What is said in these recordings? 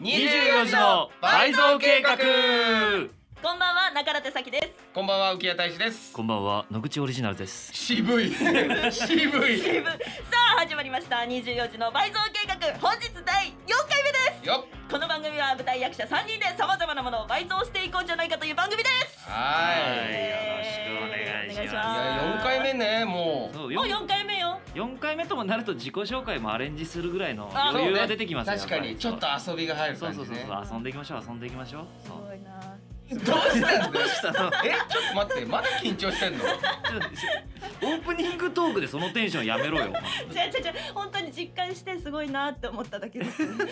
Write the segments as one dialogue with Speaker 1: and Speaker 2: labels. Speaker 1: 24時の倍増計画
Speaker 2: こんばんは中田手咲です
Speaker 1: こんばんは浮谷大志です
Speaker 3: こんばんは野口オリジナルです
Speaker 1: 渋い渋い
Speaker 2: さあ始まりました24時の倍増計画本日第4回目です
Speaker 1: よっ
Speaker 2: この番組は舞台役者3人でさまざまなものを倍増していこうじゃないかという番組です
Speaker 1: は
Speaker 3: はい
Speaker 1: い
Speaker 3: よろしくお願いします
Speaker 2: お
Speaker 1: いや四回目ねもう
Speaker 3: そう
Speaker 2: も
Speaker 3: よ
Speaker 2: う4回目よ
Speaker 3: 四回目ともなると自己紹介もアレンジするぐらいの
Speaker 2: あ
Speaker 3: 余裕は出てきますね
Speaker 1: 確かにちょっと遊びが入る
Speaker 3: そう
Speaker 1: 感じ
Speaker 3: そうそう
Speaker 1: ね
Speaker 3: そう遊んでいきましょう遊んでいきましょうそう
Speaker 2: いな
Speaker 1: どうしたんだよ
Speaker 3: したの
Speaker 1: えちょっと待ってまだ緊張してん の
Speaker 3: ちょっとオープニングトークでそのテンションやめろよ
Speaker 2: 違う違う違う本当に実感してすごいなって思っただけで す何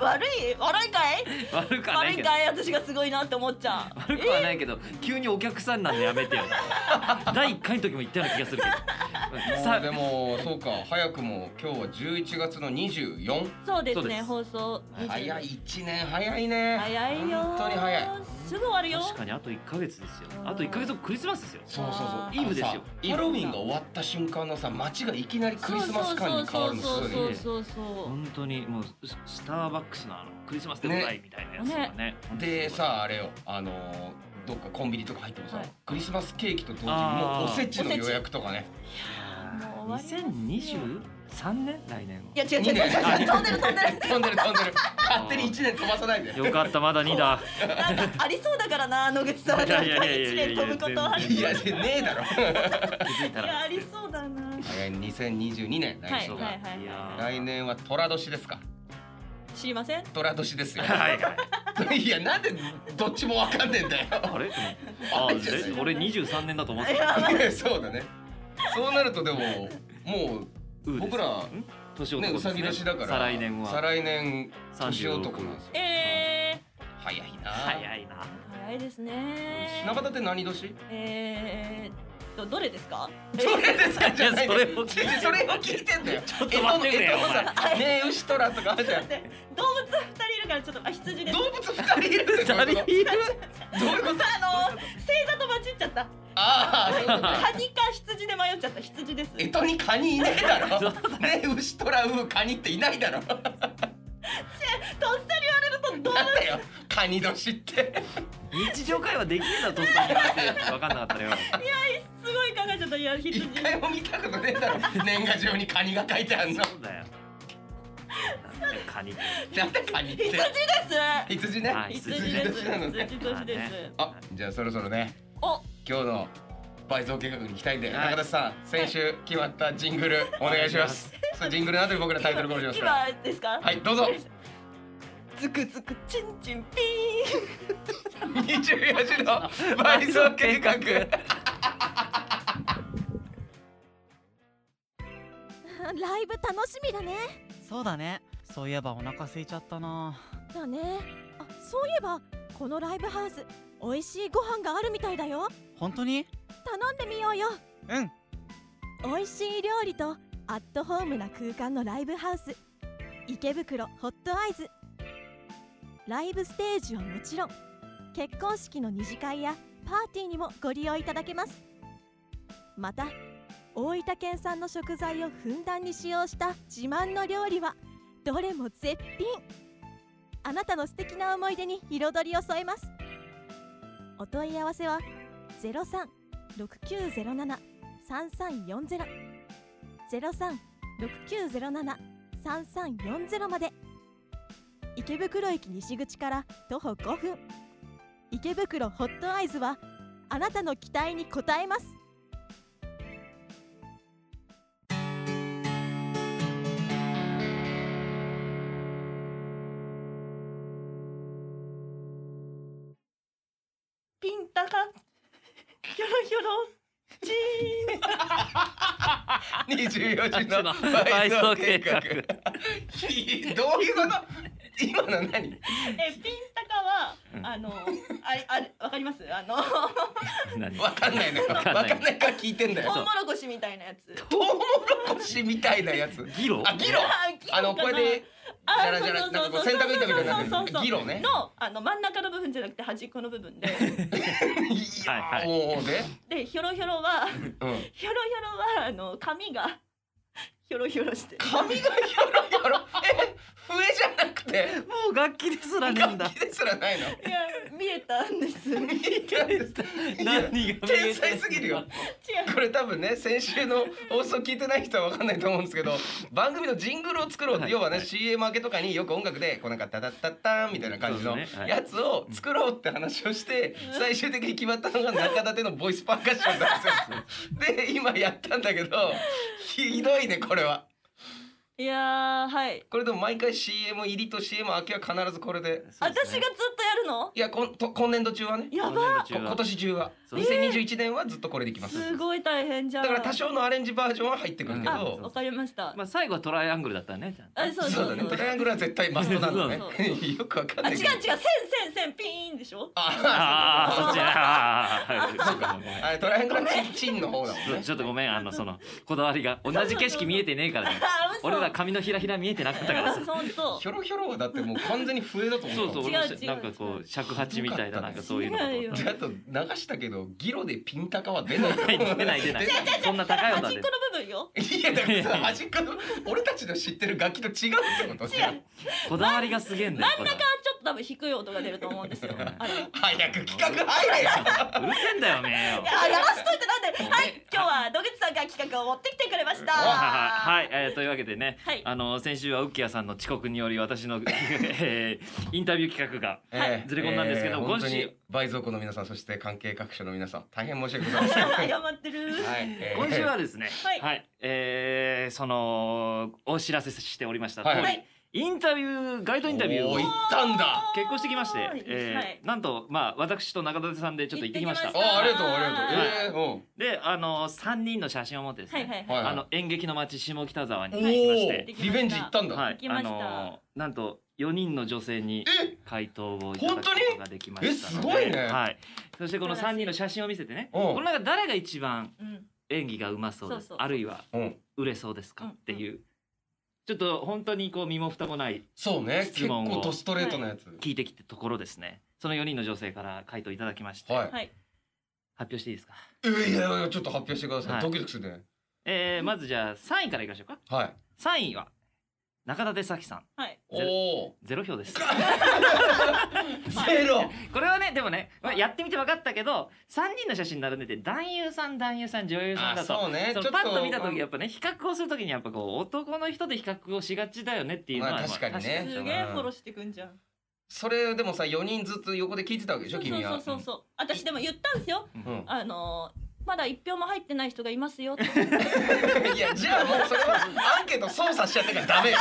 Speaker 2: 悪い悪いかい
Speaker 3: 悪くはな
Speaker 2: 悪
Speaker 3: い
Speaker 2: い
Speaker 3: けど
Speaker 2: かい私がすごいなって思っちゃう
Speaker 3: 悪くはないけど急にお客さんなんでやめてよ第一回の時も言ったような気がするけど
Speaker 1: さ
Speaker 3: さ
Speaker 1: あでもそうか早くも今日は11月の24
Speaker 2: そうです
Speaker 3: そう
Speaker 2: ね
Speaker 3: です
Speaker 2: 放送20
Speaker 1: 早い一年早いね
Speaker 2: 早いよ
Speaker 1: 本当に早い
Speaker 2: すぐ終わるよ
Speaker 3: 確かにあと一ヶ月ですよ
Speaker 2: うん
Speaker 3: あと一ヶ月後クリスマスですよ
Speaker 1: そうそうそう
Speaker 3: イブですよ
Speaker 1: あのさハロウィンが終わった瞬間のさ街がいきなりクリスマス感に変わるのす
Speaker 2: そう
Speaker 1: ごい
Speaker 2: そ
Speaker 1: ね
Speaker 2: うそうそ
Speaker 3: 本当にもうススターバックスのあのクリスマスでございみたいなやつとかね
Speaker 1: でさあれよあのーどっかコンビニとか入ってもさ、
Speaker 2: はい
Speaker 1: クリスマスケーキと同時に
Speaker 3: あー
Speaker 1: もうおせちの予約とかね
Speaker 2: もう
Speaker 3: 二
Speaker 2: 終
Speaker 3: 千
Speaker 2: わりま
Speaker 3: 二
Speaker 2: す
Speaker 3: 十
Speaker 2: よ
Speaker 3: 三年来年
Speaker 2: ういや違う違う違う
Speaker 1: 二年
Speaker 2: 違う飛んでる飛んでる
Speaker 1: 飛んでる飛んでる勝手に一年飛ばさないで
Speaker 3: よかったまだ2だ
Speaker 2: なんかありそうだからな野口さんなんか
Speaker 3: いや
Speaker 2: 一
Speaker 3: いやいやいや
Speaker 2: 年飛ぶことある
Speaker 1: いやねえだろ
Speaker 3: 気づい
Speaker 2: い
Speaker 3: た
Speaker 2: や
Speaker 3: ら
Speaker 2: ありそうだな
Speaker 1: 早い2022年来
Speaker 2: はい
Speaker 1: 年
Speaker 2: はい
Speaker 1: が、
Speaker 2: はい
Speaker 3: いや
Speaker 2: は
Speaker 1: 来年は虎年ですか
Speaker 2: い知りません
Speaker 1: 虎年ですよ
Speaker 3: はいはい
Speaker 1: いやなんでどっちもわかんねえんだよ
Speaker 3: あれ あれ俺二十三年だと思ってた
Speaker 2: やばい
Speaker 1: そうだねそうなるとでももう
Speaker 3: うーです
Speaker 1: 僕ら
Speaker 3: 年
Speaker 1: ね
Speaker 3: 男
Speaker 1: う
Speaker 3: です
Speaker 1: さぎ年だから
Speaker 3: 再来年
Speaker 1: 再
Speaker 3: は
Speaker 1: 来年年
Speaker 3: 36
Speaker 1: 男なんですよ
Speaker 2: え
Speaker 1: 早いな
Speaker 3: 早いな
Speaker 2: ー早いですね
Speaker 1: 中田って何年
Speaker 2: えーっとどれですか
Speaker 1: それですかじゃない
Speaker 3: いやそれを聞いて
Speaker 1: それを聞いてんだよ
Speaker 3: ちょっと待ってくれよ
Speaker 1: えとねえ牛とらとかあるじゃん
Speaker 2: で動物二人いるからちょっとあ羊です
Speaker 1: 動物二人いるってどういうこと
Speaker 3: い
Speaker 1: ど
Speaker 3: る
Speaker 1: ういうこと
Speaker 2: あのー星座と間違っち ゃった
Speaker 1: ああそういうことね
Speaker 2: カニか羊で迷っちゃった羊です
Speaker 1: えとにカニいねえだ ろねえ牛とらうカニっていないだろだっ
Speaker 2: とっさに言われるとどう
Speaker 1: てよカニ年って
Speaker 3: 日常会話できねえなとっさに言われて分かんなかったらよ
Speaker 2: すごい考えちゃったいや
Speaker 1: 一
Speaker 2: 羊
Speaker 1: 回も見たことねえだろ年賀状にカニが書いてあんの
Speaker 3: そうだよなんでカニって
Speaker 1: なんでカニっ
Speaker 2: 羊
Speaker 1: て
Speaker 2: です
Speaker 1: 羊ね
Speaker 3: あ
Speaker 2: 羊です
Speaker 1: 羊年なのね
Speaker 2: 羊年です、
Speaker 1: あじゃあそろそろね
Speaker 2: お
Speaker 1: 今日の倍増計画に行きたいんで、
Speaker 3: はい
Speaker 1: 中田さん先週決まったジングルお願いします。そうジングルの後で僕らタイトルコールしますから。
Speaker 2: 今ですか
Speaker 1: はいどうぞ。
Speaker 2: つくつくちんちんピ
Speaker 1: 二十四時の倍増計画。
Speaker 4: あ ライブ楽しみだね
Speaker 5: そうだねそういえばお腹空いちゃったな
Speaker 4: だねあそういえばこのライブハウス美味しいご飯があるみたいだよ
Speaker 5: 本当に
Speaker 4: 頼んでみようよ
Speaker 5: うん
Speaker 4: 美味しい料理とアットホームな空間のライブハウス池袋ホットアイズライブステージはもちろん結婚式の二次会やパーティーにもご利用いただけますまた大分県産の食材をふんだんに使用した自慢の料理はどれも絶品あなたの素敵な思い出に彩りを添えますお問い合わせは036907 3340 03-6907-3340まで池袋駅西口から徒歩5分池袋ホットアイズはあなたの期待に応えます
Speaker 2: ピンタカヒョロヒョロチーン
Speaker 1: 二十四時の倍
Speaker 3: 倍
Speaker 1: 増
Speaker 3: 増
Speaker 1: 計
Speaker 3: 計
Speaker 1: 画
Speaker 3: 画。
Speaker 1: ひどういうこと？今の何？
Speaker 2: えピンタカはあのあれあれわかりますあの
Speaker 3: 何
Speaker 1: わかんないのよ。わ
Speaker 3: わ
Speaker 1: か
Speaker 3: か
Speaker 1: ん
Speaker 3: んない
Speaker 1: ないから聞いてんだよ。
Speaker 2: ト
Speaker 1: そ
Speaker 2: ウ
Speaker 1: う
Speaker 2: モロコシみたいなやつ
Speaker 1: トウモロコシみたいなやつ。
Speaker 3: ギロ
Speaker 1: あギロ。
Speaker 2: あギロかな
Speaker 1: あのこれで
Speaker 2: あ
Speaker 1: じゃらじゃらなんかこう洗濯板みたいになって
Speaker 2: そうそうそうそう
Speaker 1: る。ギロね。
Speaker 2: のあの真ん中の部分じゃなくて端っこの部分 で
Speaker 1: いや
Speaker 3: はいはい
Speaker 1: おーおーで。
Speaker 2: でヒョロヒョロは
Speaker 1: うん。
Speaker 2: ヒョロヒョロはあの髪が ひょろひょろして
Speaker 1: 髪がひょろひょろえ笛じゃなくて
Speaker 5: もう楽器ですらねえんだ
Speaker 1: 楽器ですらないの
Speaker 2: いや見えたんです違う
Speaker 1: いや
Speaker 3: 何が見えてる
Speaker 1: 天才すぎるよこれ多分ね先週の放送聞いてない人は分かんないと思うんですけど番組のジングルを作ろうって、
Speaker 3: はい
Speaker 1: 要はね、
Speaker 3: はい
Speaker 1: CM 明けとかによく音楽でこうなんかタタッタッターンみたいな感じの
Speaker 3: そうですねはい
Speaker 1: やつを作ろうって話をして最終的に決まったのが中立てのボイスパーカッションだったんですよ。で今やったんだけどひどいねこれは。
Speaker 2: いやーはい
Speaker 1: これでも毎回 CM 入りと CM 明けは必ずこれで。
Speaker 3: そうで
Speaker 2: 私
Speaker 3: す
Speaker 2: がず
Speaker 3: ね
Speaker 2: っとやるの
Speaker 1: いやこんと今年度中はね
Speaker 2: やば
Speaker 3: 今
Speaker 1: こ今
Speaker 3: 年
Speaker 1: 年中は
Speaker 3: そう
Speaker 1: 2021年はずっとこれでいきます。
Speaker 2: すごい大変じゃん
Speaker 1: だから多少のアレンジバージョンは入ってくるけ
Speaker 2: あ
Speaker 1: ど、
Speaker 2: わかりました、
Speaker 3: まあ最後はトライアングルだったね
Speaker 2: あそうそう
Speaker 1: そ
Speaker 2: そうう
Speaker 1: だね。トライアングルは絶対マストなんだね
Speaker 2: そう。
Speaker 1: よくわかんな
Speaker 2: あ違う
Speaker 1: い
Speaker 2: 違う
Speaker 1: け
Speaker 2: 線
Speaker 1: ど。
Speaker 2: 線線ピーンでしょ
Speaker 1: あ
Speaker 3: ああそっちあーはいちょっとごめん
Speaker 1: あ、あれトライアングルはチンチンの方だもん
Speaker 3: そう
Speaker 1: ね。
Speaker 3: ちょっと ごめんあのそのこだわりが同じ景色見えてねえからね
Speaker 2: あ嘘
Speaker 3: 俺ら髪のひらひら見えてなかったからさ
Speaker 2: 本当
Speaker 1: ひょろひょろはだってもう完全に笛だと思
Speaker 3: そう
Speaker 1: った
Speaker 3: そう
Speaker 1: もん。
Speaker 3: 俺も
Speaker 2: 違う違う
Speaker 3: なんかこう尺八みたいななんかそういうの
Speaker 2: 違うよ
Speaker 3: が
Speaker 1: であと流したけどギロでピンタカは出ない。出
Speaker 3: 出ない出ないそんな高い音
Speaker 2: 端
Speaker 3: は
Speaker 2: っこ
Speaker 3: 出な
Speaker 2: の
Speaker 3: い
Speaker 2: 部分よ
Speaker 1: いやだからさ端っこの俺たちの知ってる楽器と違うってこと
Speaker 2: 違う
Speaker 3: こだわりがすげえんだよこだわり
Speaker 2: あちょっと多分低い音が出ると思うんですよあれ
Speaker 1: 早く企画入れよ。
Speaker 3: うるせえんだよねよ
Speaker 2: あやらしといてなんではい今日は野口さんが企画を持ってきてくれました
Speaker 3: はいい、えーというわけでね、
Speaker 2: はい
Speaker 3: あの先週はウッキーさんの遅刻により私の、 えーインタビュー企画が
Speaker 1: ええ
Speaker 3: ずれ込んだんですけど
Speaker 1: ええ
Speaker 3: 今
Speaker 1: 本
Speaker 3: 週
Speaker 1: 当に倍増庫の皆さんそして関係各所の皆さん大変申し訳ございま せん。はい
Speaker 2: 謝ってる
Speaker 1: ええ
Speaker 3: 今週はですね、
Speaker 2: はい
Speaker 3: えーそのお知らせしておりました通り、
Speaker 1: はい
Speaker 2: はい
Speaker 3: インタビュー街頭インタビュー
Speaker 1: お
Speaker 3: を
Speaker 1: 行ったんだ。
Speaker 3: 結婚してきまして
Speaker 2: はい、
Speaker 3: えーなんとまあ私と中田さんでちょっと行ってきました
Speaker 2: 行ってきまし
Speaker 1: あ、ありがとう、ありがとう。
Speaker 3: であの3人の写真を持ってです
Speaker 2: は
Speaker 3: ね、
Speaker 2: いはい
Speaker 1: ええ、うん、は
Speaker 3: あの演劇の街下北沢に
Speaker 1: お
Speaker 3: 行
Speaker 1: お
Speaker 3: きまして
Speaker 1: ー、
Speaker 2: できました
Speaker 1: リベンジ行ったんだ。
Speaker 3: はい
Speaker 2: 行き、ま
Speaker 3: あ
Speaker 2: した
Speaker 3: のーなんと4人の女性に
Speaker 1: え、
Speaker 3: 回答をいただくことができましたので
Speaker 1: 本当にえすごいね
Speaker 3: はい、そしてこの3人の写真を見せてね
Speaker 1: うん
Speaker 3: この中誰が一番
Speaker 2: うん
Speaker 3: 演技がうまそうです
Speaker 2: そうそう
Speaker 3: あるいは
Speaker 1: うん、
Speaker 3: 売れそうですか、
Speaker 2: うん
Speaker 3: っていうちょっと本当にこう身も蓋もない
Speaker 1: そうね、
Speaker 3: 質
Speaker 1: 結
Speaker 3: 問を
Speaker 1: 構とストレートなやつ。
Speaker 3: 聞いてきたところですねその4人の女性から回答いただきまして、
Speaker 1: は。
Speaker 2: はいい
Speaker 3: 発表していいですか、
Speaker 1: えいやいや、ちょっと発表してください。
Speaker 3: はい
Speaker 1: ドキドキするね。
Speaker 3: えー、まずじゃあ3位からいきましょうか
Speaker 1: はい。
Speaker 3: 3位は中田出咲さん
Speaker 2: はい
Speaker 1: おお
Speaker 3: ゼロ票です
Speaker 1: ー。ゼロ。
Speaker 3: これはねでもね、まあやってみて分かったけど3人の写真並んでて男優さん男優さん女優さんだ
Speaker 1: あ、
Speaker 3: と
Speaker 1: そうね。ちょ
Speaker 3: そ
Speaker 1: っと
Speaker 3: うパッと見た時やっぱね比較をする時にやっぱこう男の人で比較をしがちだよねっていうのは、
Speaker 1: まあ確かにね
Speaker 2: すげえフォローしてくんじゃん
Speaker 1: それでもさ、四人ずっと横で聞いてたわけでし
Speaker 2: そ
Speaker 1: ょ、
Speaker 2: う
Speaker 1: 君は。
Speaker 2: そうそうそう私でも言ったんですよ
Speaker 1: うん
Speaker 2: あのまだ一票も入ってない人がいま すよ
Speaker 1: いや、じゃあもうそれはアンケート操作しちゃったからダメよ。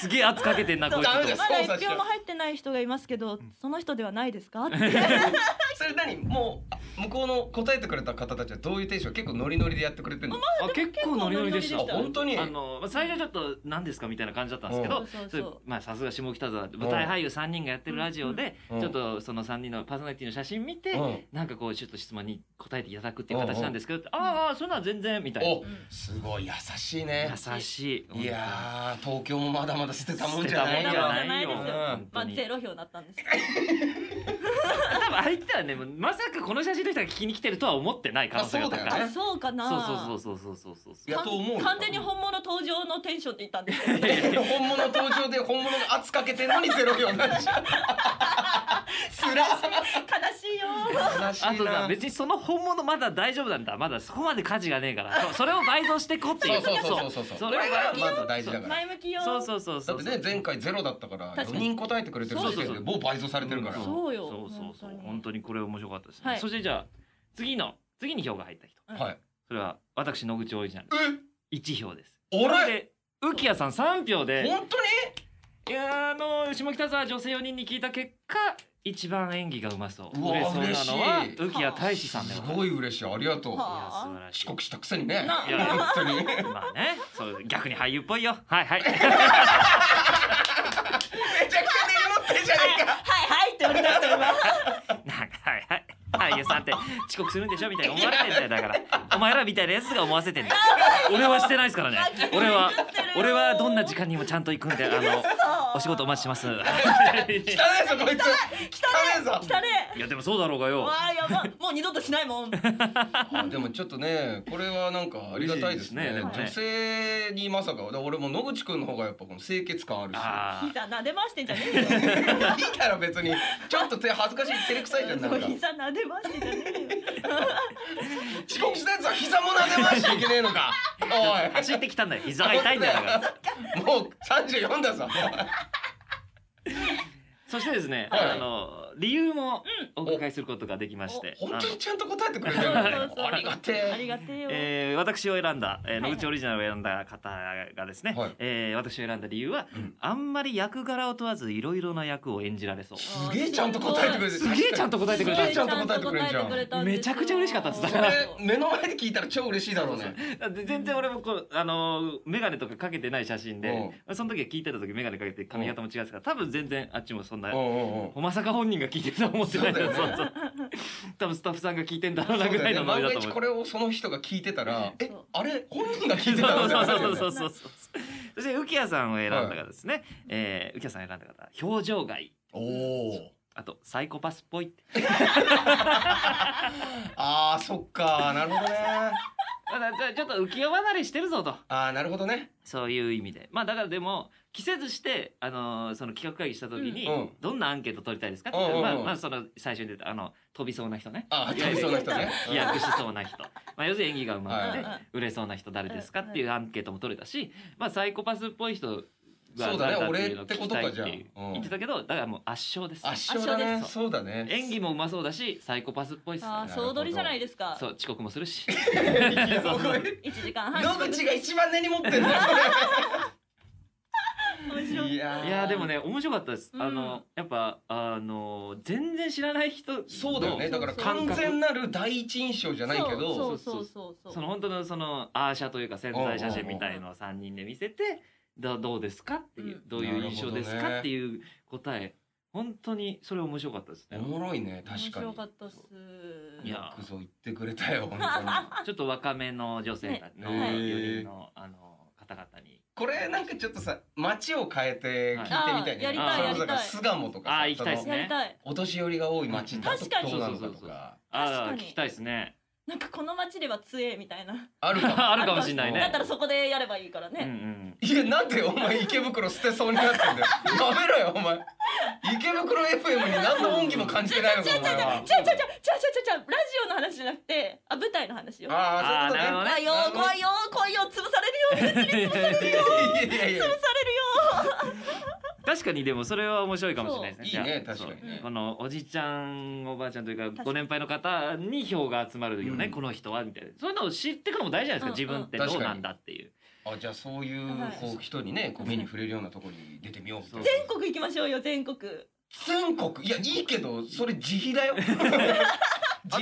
Speaker 3: すげえ圧かけてんなこいつ
Speaker 1: ダメです
Speaker 3: と
Speaker 2: まだ一票も入ってない人がいますけどその人ではないですかって
Speaker 1: それ何もうあ向こうの答えてくれた方たちはどういうテンション結構ノリノリでやってくれてるの
Speaker 3: あ結構ノリノリでした
Speaker 1: あ本当に
Speaker 3: あのまあ最初ちょっと何ですかみたいな感じだったんですけ
Speaker 2: そ
Speaker 3: ど
Speaker 2: うそう
Speaker 3: そ
Speaker 2: そ
Speaker 3: れ
Speaker 2: う
Speaker 3: まあさすが下北沢舞台俳優3人がやってるラジオで
Speaker 1: うん
Speaker 3: ちょっとその3人のパーソナリティの写真見て
Speaker 1: うん
Speaker 3: なんかこうちょっと質問に答えていただくっていう形なんですけどああそんなん全然みたい
Speaker 1: おすごい優しいね
Speaker 3: な優しい
Speaker 1: いやー東京もまだまだ捨てたもんじゃない
Speaker 2: 捨てたもんじゃない
Speaker 1: よ
Speaker 2: よ
Speaker 3: 本
Speaker 2: ま
Speaker 3: 当
Speaker 2: あ
Speaker 3: に
Speaker 2: ゼロ票だったんです
Speaker 3: 多分相手はねもうまさかこの写真の人が聞きに来てるとは思ってない可能性が高い
Speaker 1: あそうだよね
Speaker 2: あそうかな
Speaker 3: そうそうそうそうそうそう
Speaker 1: いやと思うよ
Speaker 2: 完全に本物登場のテンションでいったんですよ
Speaker 1: 本物登場で本物が圧かけてんのにゼロ票なんじゃ んつら
Speaker 2: 悲しいよ
Speaker 1: 悲
Speaker 3: あとな
Speaker 1: な
Speaker 3: 別にその本物まだ大丈夫なんだまだそこまで価値がねえから そうそれを倍増してこってい
Speaker 1: そううそうそうそうそう
Speaker 3: そ
Speaker 1: こ
Speaker 3: れは
Speaker 1: れがまず大事だから
Speaker 2: 前向きよ
Speaker 3: そうそうそう
Speaker 1: だ
Speaker 3: そ
Speaker 1: っ
Speaker 3: う
Speaker 1: てね前回ゼロだったから
Speaker 2: 確か
Speaker 1: 4
Speaker 2: に
Speaker 1: 人答えてくれてる時
Speaker 3: そう
Speaker 1: 点
Speaker 3: そう
Speaker 1: で
Speaker 3: そう
Speaker 1: もう倍増されてるから
Speaker 2: んそうよ
Speaker 3: そうそうそう
Speaker 2: 本当
Speaker 3: 本
Speaker 2: に
Speaker 3: 当にこれ面白かったですね、
Speaker 2: はい
Speaker 3: そしてじゃあ次の次に票が入った人
Speaker 2: うん
Speaker 1: はい
Speaker 3: それは私野口オリジナル1票です
Speaker 1: えあれ
Speaker 3: で浮谷さん3票で
Speaker 1: 本当に
Speaker 3: いやあの下北沢女性4人に聞いた結果一番演技がうまそう
Speaker 1: うわ
Speaker 3: 売れそうなのは
Speaker 1: 嬉しい
Speaker 3: 浮谷大志さんでご
Speaker 1: す
Speaker 3: ざいます
Speaker 1: ごい嬉しいありがとう
Speaker 2: はあ
Speaker 3: いや素晴らしい
Speaker 1: 遅刻したくせにね
Speaker 2: なあ
Speaker 3: いや
Speaker 1: 本当に
Speaker 3: まあねそう逆に俳優っぽいよはい はい
Speaker 1: めちゃくちゃ根に持ってんじゃねえか
Speaker 2: はいはいって言われた人今
Speaker 3: なんかはいはい俳優さんって遅刻するんでしょみたいに思われてんだよだからお前らみたいなやつが思わせてんだよ俺はしてないですからね俺は俺はどんな時間にもちゃんと行くんであのお仕事お待ちします。
Speaker 1: 汚
Speaker 3: い
Speaker 1: いぞこいつ汚いぞ
Speaker 2: 来たね
Speaker 3: やでもそうだろうがよ。
Speaker 2: わあやばもう二度としないもん
Speaker 1: あでもちょっとねこれはなんかありがたいですね
Speaker 3: 嬉しいですねでもね
Speaker 1: 女性にまさかだから俺も野口くんの方がやっぱこの清潔感あるし
Speaker 3: あ
Speaker 2: 膝撫で回してんじゃねえよ
Speaker 1: いいから別にちょっと手恥ずかしい照れくさいじゃんなんか
Speaker 2: そう膝撫で回してんじゃねえよ
Speaker 1: 遅刻したやつは膝も撫で回しちゃいけねえのか
Speaker 3: あ
Speaker 1: お
Speaker 3: 走ってきたんだよ。膝が痛いんだよだ から。
Speaker 1: いもう34だぞ
Speaker 3: そしてですね、
Speaker 1: はい
Speaker 3: あの理由もお伺いすることができまして、
Speaker 1: 本
Speaker 3: あ
Speaker 1: 当
Speaker 3: の
Speaker 1: にちゃんと答えてくれてるよね
Speaker 2: そうそうそう
Speaker 1: ありがて
Speaker 2: あり
Speaker 1: え
Speaker 2: がてえよ、
Speaker 3: えー私を選んだ、えー
Speaker 2: はい
Speaker 3: 野口オリジナルを選んだ方がですね、
Speaker 1: はい
Speaker 3: えー私を選んだ理由は、
Speaker 1: うん
Speaker 3: あんまり役柄を問わずいろいろな役を演じら れそう。
Speaker 1: すげえちゃんと答えてくれてる
Speaker 3: すげえちゃんと答えてくれ
Speaker 1: す
Speaker 3: た
Speaker 1: げえちゃんと答えてくれるじゃん
Speaker 2: ん
Speaker 3: めちゃくちゃ嬉しかったですだ
Speaker 1: そ
Speaker 3: から
Speaker 1: れ目の前で聞いたら超嬉しいだろうね
Speaker 3: だって全然俺もこうあの眼鏡とかかけてない写真で、その時は聞いてた時眼鏡かけて髪型も違うから、多分全然あっちもそんな、
Speaker 1: うんうんうん
Speaker 3: まさか本人が聞いてるとは思ってないから
Speaker 1: そうだよね
Speaker 3: そうそう多分スタッフさんが聞いてんだろうな
Speaker 1: そう
Speaker 3: ぐ
Speaker 1: だ
Speaker 3: らいの
Speaker 1: よね
Speaker 3: ノリ
Speaker 1: 万が
Speaker 3: だと
Speaker 1: 一
Speaker 3: 思う。
Speaker 1: これをその人が聞いてたらえ
Speaker 2: そう
Speaker 1: あれ本人が聞
Speaker 3: そ
Speaker 1: いうてた
Speaker 3: そ
Speaker 1: の
Speaker 3: う
Speaker 1: ね
Speaker 3: そうそうそうそうそう。そして浮谷さんを選んだ方ですね。えー浮谷さんを選んだ方、表情がいい。
Speaker 1: おお
Speaker 3: あとサイコパスっぽいって。
Speaker 1: あーそっかなるほどね
Speaker 3: まあだからちょっと浮世離れしてるぞと。
Speaker 1: あーなるほどね
Speaker 3: そういう意味で。まあだからでも着せずしてあのーその企画会議した時に、
Speaker 1: うんうん
Speaker 3: どんなアンケート取りたいですかって、
Speaker 1: うんうんうん
Speaker 3: まあまあその最初に出たあの飛びそうな人ね。
Speaker 1: あー飛びそうな人ね
Speaker 3: 飛躍しそうな人、まあ、要するに演技がうまくて
Speaker 2: はい
Speaker 3: 売れそうな人誰ですかっていうアンケートも取れたし、まあ、サイコパスっぽい人
Speaker 1: そ
Speaker 3: が
Speaker 1: うだね
Speaker 3: 誰だって
Speaker 1: 俺って
Speaker 3: いうのを聞
Speaker 1: こ
Speaker 3: き
Speaker 1: と
Speaker 3: たい
Speaker 1: か
Speaker 3: っていう
Speaker 1: じゃあうん
Speaker 3: 言ってたけどだからもう圧勝です
Speaker 1: 圧勝だ
Speaker 2: 圧勝
Speaker 1: ね
Speaker 3: です
Speaker 1: そうだね
Speaker 3: 演技もうまそうだしサイコパスっぽいっす
Speaker 2: ああ総取りじゃないですか
Speaker 3: そう遅刻もする し
Speaker 1: そうそう
Speaker 2: 一時間半
Speaker 1: 野口が一番根に持ってるね
Speaker 2: 面白い
Speaker 1: いやー
Speaker 3: いやーでもね面白かったです、
Speaker 2: うん
Speaker 3: あのやっぱあの全然知らない人の
Speaker 1: そうだよねだから完全なる第一印象じゃないけど
Speaker 2: そうそうそうそう
Speaker 3: その本当のそのアーシャというか潜在写真みたいのを3人で見せてどどうですかっていう
Speaker 2: うん
Speaker 3: どういう印象です
Speaker 1: なるほどね
Speaker 3: かっていう答え本当にそれ面白かったですね
Speaker 1: おもろいね確か
Speaker 2: 面白
Speaker 1: に
Speaker 2: かったっす
Speaker 3: いや
Speaker 1: よくぞ言ってくれたよ本当に
Speaker 3: ちょっと若めの女性たちの
Speaker 1: ね
Speaker 3: 4人のあの方々に
Speaker 1: これなんかちょっとさ街を変えて聞いてみたいね
Speaker 2: はい
Speaker 3: あーやりた
Speaker 1: それ
Speaker 3: い
Speaker 1: こそ
Speaker 2: やりたい
Speaker 1: 巣鴨とかさ
Speaker 3: あー行きたいっす
Speaker 1: その
Speaker 3: ね
Speaker 2: やりたい
Speaker 1: お年寄りが多い街だと
Speaker 2: 確かに
Speaker 1: どうなのか
Speaker 3: そう
Speaker 1: と
Speaker 3: そうそうそう
Speaker 1: か
Speaker 3: ああ
Speaker 2: 確かに
Speaker 3: 聞きたいです ね
Speaker 2: なんかこの街では強えみたいな
Speaker 1: あるかも
Speaker 3: あるかもしれない
Speaker 2: だっ
Speaker 3: ね
Speaker 2: たらそこでやればいいから
Speaker 3: うんう
Speaker 2: ね
Speaker 3: ん
Speaker 1: いやなんでお前池袋捨てそうになってんだよやめろよお前池袋 FM に何の恩義も感じてないのか
Speaker 2: 違う違
Speaker 1: お
Speaker 2: う違う違う違う
Speaker 1: 前は
Speaker 2: 違う違う違うラジオの話じゃなくてあ舞台の話よ
Speaker 1: ああそういう
Speaker 3: あーなる
Speaker 1: こ
Speaker 3: ほどね
Speaker 2: 怖いよ怖いよ怖いよ潰されるよ
Speaker 1: とねいやいやいや
Speaker 2: 潰されるよ
Speaker 3: 確かにでもそれは面白いかもしれないですね
Speaker 1: そういいね
Speaker 3: じゃあ
Speaker 1: 確かに
Speaker 2: ね
Speaker 3: そうこのおじいちゃんおばあちゃんという
Speaker 2: 確か
Speaker 3: か
Speaker 2: に
Speaker 3: ご年配の方に票が集まるよね、
Speaker 1: うん
Speaker 3: この人はみたいなそういうのを知ってからも大事じゃないですか、
Speaker 2: うんうん
Speaker 3: 自分ってどうなんだっていう
Speaker 1: あじゃあそういう
Speaker 2: はい
Speaker 1: こう人にねこう目に触れるようなところに出てみようって
Speaker 3: そう
Speaker 2: 全国行きましょうよ全国
Speaker 1: 全国いやいいけどそれ自費だ よ自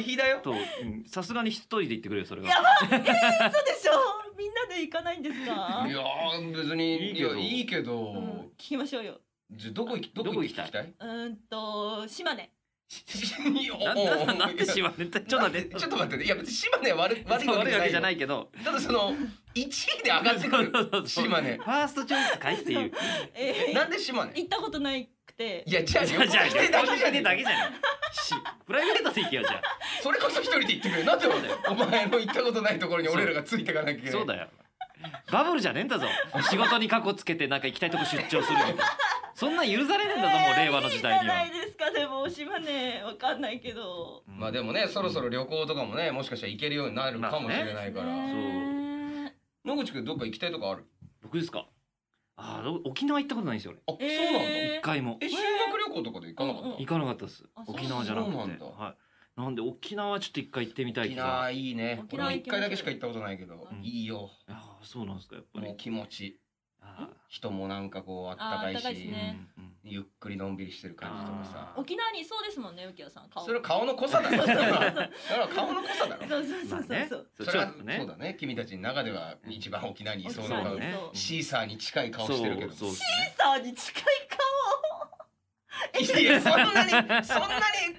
Speaker 1: 費だ よ
Speaker 3: とうんさすがに一人で言ってくれよそれは
Speaker 2: やばいえー、嘘でしょみんなで行かないんですか
Speaker 1: いやー別に
Speaker 3: いい
Speaker 1: い
Speaker 3: けど
Speaker 1: やいいけど、
Speaker 2: うん聞きましょうよ
Speaker 1: じゃあどこ行きどこ行きたい
Speaker 2: うーんと島根
Speaker 1: いや
Speaker 3: なん
Speaker 1: おうおう
Speaker 3: なんなんで
Speaker 1: いや
Speaker 3: 島根ってちょっと待って
Speaker 1: ちょっと待っていや別に島根は悪い悪い
Speaker 3: そう
Speaker 1: わ
Speaker 3: 悪いわ
Speaker 1: け
Speaker 3: け
Speaker 1: じ
Speaker 3: じ
Speaker 1: ゃな
Speaker 3: ゃないいけど
Speaker 1: よただその1位で上がってくる
Speaker 3: そうそうそう
Speaker 1: 島根
Speaker 3: ファーストチョイスかいっていう
Speaker 2: えー
Speaker 1: なんで島根
Speaker 2: 行ったことないくて
Speaker 1: いやじゃあ
Speaker 3: じ
Speaker 1: 旅
Speaker 3: ゃあ
Speaker 1: 行
Speaker 3: じゃあ
Speaker 1: してだけじゃ
Speaker 3: 旅行に行って
Speaker 1: ね
Speaker 3: だけじゃないしプライベートで行けよじゃ
Speaker 1: それこそ一人で行ってくれなんでお前の行ったことないところに俺らがついていかなきゃいけな
Speaker 3: あ
Speaker 1: い
Speaker 3: そうだよバブルじゃねえんだぞ仕事に過去つけてなんか行きたいとこ出張するみたいなそんなん許されねえんだぞもう令和の時代に
Speaker 2: いい
Speaker 3: は
Speaker 2: じゃないですかでも島根わかんないけど
Speaker 1: まあでもねそろそろ旅行とかもねもしかしたら行けるようになるかもしれないから、
Speaker 3: ね
Speaker 2: ね
Speaker 1: 野口くんどっか行きたいとこある
Speaker 3: 僕ですかああど沖縄行ったことないんですよ
Speaker 1: あ、
Speaker 2: えー
Speaker 1: そうなのえ
Speaker 2: えー
Speaker 3: 俺一回も
Speaker 1: 修学旅行とかで行かなかった、
Speaker 2: うんうん
Speaker 3: 行かなかったです
Speaker 2: あそう
Speaker 3: 沖縄じゃなくて
Speaker 1: そうなんだ
Speaker 3: はいなんで沖縄はちょっと一回行ってみたい
Speaker 1: 沖
Speaker 3: けどあ
Speaker 1: 縄いいね
Speaker 2: 沖
Speaker 1: 俺
Speaker 2: 縄
Speaker 1: も一回だけしか行ったことないけど、
Speaker 3: うん
Speaker 1: いいよ
Speaker 3: あそうなんですかやっぱ
Speaker 1: も
Speaker 3: り
Speaker 1: う気持ち
Speaker 3: ああ
Speaker 1: 人もなんかこうあったかい
Speaker 2: あーあったかい
Speaker 1: し
Speaker 2: しね
Speaker 3: うんうん
Speaker 1: ゆっくりのんびりしてる感じとかさ
Speaker 2: 沖縄にいそうですもんね浮谷さん顔
Speaker 1: それは顔の濃さだろそれは顔の濃さだろ
Speaker 2: そうそう
Speaker 3: まあ
Speaker 2: そうそう
Speaker 3: ね
Speaker 2: そう
Speaker 3: そう
Speaker 1: そ
Speaker 3: ち
Speaker 1: れ
Speaker 3: ょ
Speaker 1: は
Speaker 3: っとね
Speaker 1: そうだね君たちの中では一番沖縄にいそうな
Speaker 3: だ
Speaker 1: 顔
Speaker 3: 沖縄ね
Speaker 2: そう
Speaker 1: シーサーに近い顔してるけど
Speaker 3: そうそう
Speaker 2: シーサーに近い顔え
Speaker 1: いやそんなにそんなに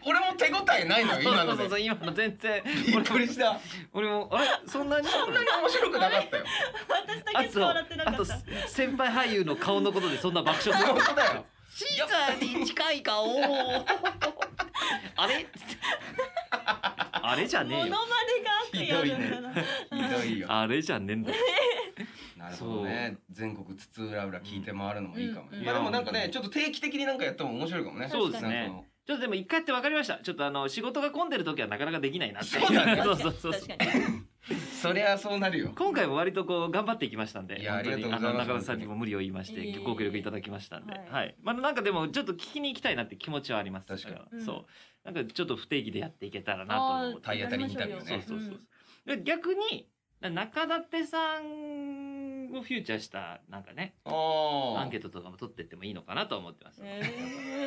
Speaker 1: 俺も手応えないのよ今の
Speaker 3: そうそうそう
Speaker 1: で
Speaker 3: 今の全然
Speaker 1: びっくりした
Speaker 3: 俺もあれそんなに
Speaker 1: そんなに面白くなかったよ
Speaker 2: 私だ
Speaker 3: あ
Speaker 2: けしか
Speaker 3: と
Speaker 2: 笑ってなか
Speaker 3: あ
Speaker 2: っ
Speaker 3: と
Speaker 2: た
Speaker 3: 先輩俳優の顔のことでそんな爆笑する
Speaker 1: 本 当だよ
Speaker 3: シーザーに近い顔あれあれじゃ
Speaker 2: モノ
Speaker 3: ねえ
Speaker 2: マ
Speaker 3: よ
Speaker 2: ネがあってやるんだな
Speaker 1: ひどいよ
Speaker 3: あれじゃねえんだよ
Speaker 1: なるほどね全国津々浦々聞いて回るのもいいかもね、
Speaker 2: うん
Speaker 1: まあでもなんか
Speaker 3: いや
Speaker 1: ねちょっと定期的になんかやっても面白いかもね
Speaker 3: そうですね
Speaker 1: なんかの
Speaker 3: ちょっとでも一回やって分かりましたちょっとあの仕事が混んでる時はなかなかできないなってい
Speaker 1: そうだね
Speaker 3: そうそうそう
Speaker 2: 確かに確かに
Speaker 1: そりゃそうなるよ
Speaker 3: 今回も割とこう頑張っていきましたんで
Speaker 1: いや
Speaker 3: 本当に
Speaker 1: ありがとうございます
Speaker 3: あの中田さんにも無理を言いまして
Speaker 2: いえいえ
Speaker 3: ご協力いただきましたんで、は
Speaker 2: はいい
Speaker 3: まあ、なんかでもちょっと聞きに行きたいなって気持ちはあります
Speaker 1: 確かに
Speaker 3: だら
Speaker 2: うん
Speaker 3: そうなんかちょっと不定期でやっていけたらなと思って
Speaker 1: あー体当たりインタビューね
Speaker 2: やりまし
Speaker 3: そ
Speaker 2: ょ
Speaker 3: う
Speaker 2: う
Speaker 3: そうそ
Speaker 2: よ
Speaker 3: うそうで逆にな中立さんをフューチャーしたなんかねア
Speaker 1: あ
Speaker 3: ンケ
Speaker 1: ー
Speaker 3: ートとかも取ってってもいいのかなとは思ってます
Speaker 2: うんえ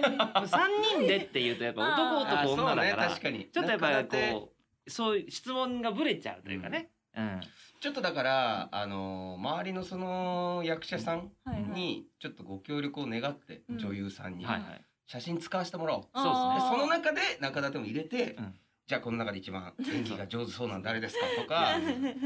Speaker 2: ー
Speaker 3: 3人でっていうとやっぱ男
Speaker 2: あ
Speaker 1: あ
Speaker 3: 男
Speaker 1: ーそ
Speaker 3: 女
Speaker 1: う
Speaker 3: だ
Speaker 1: ね
Speaker 3: から、
Speaker 1: 確かに
Speaker 3: ちょっとやっぱ
Speaker 1: なかなか
Speaker 3: こうそういう質問がぶれちゃうというかね、うん
Speaker 1: ちょっとだからあのー周りのその役者さん
Speaker 2: はいはい
Speaker 1: にちょっとご協力を願って、
Speaker 2: うん
Speaker 1: 女優さんに、
Speaker 3: はいはい
Speaker 1: 写真使わせてもらおうで
Speaker 3: あ
Speaker 1: その中で中立も入れて、
Speaker 3: うん
Speaker 1: じゃあこの中で一番演技が上手そうなの誰ですかとか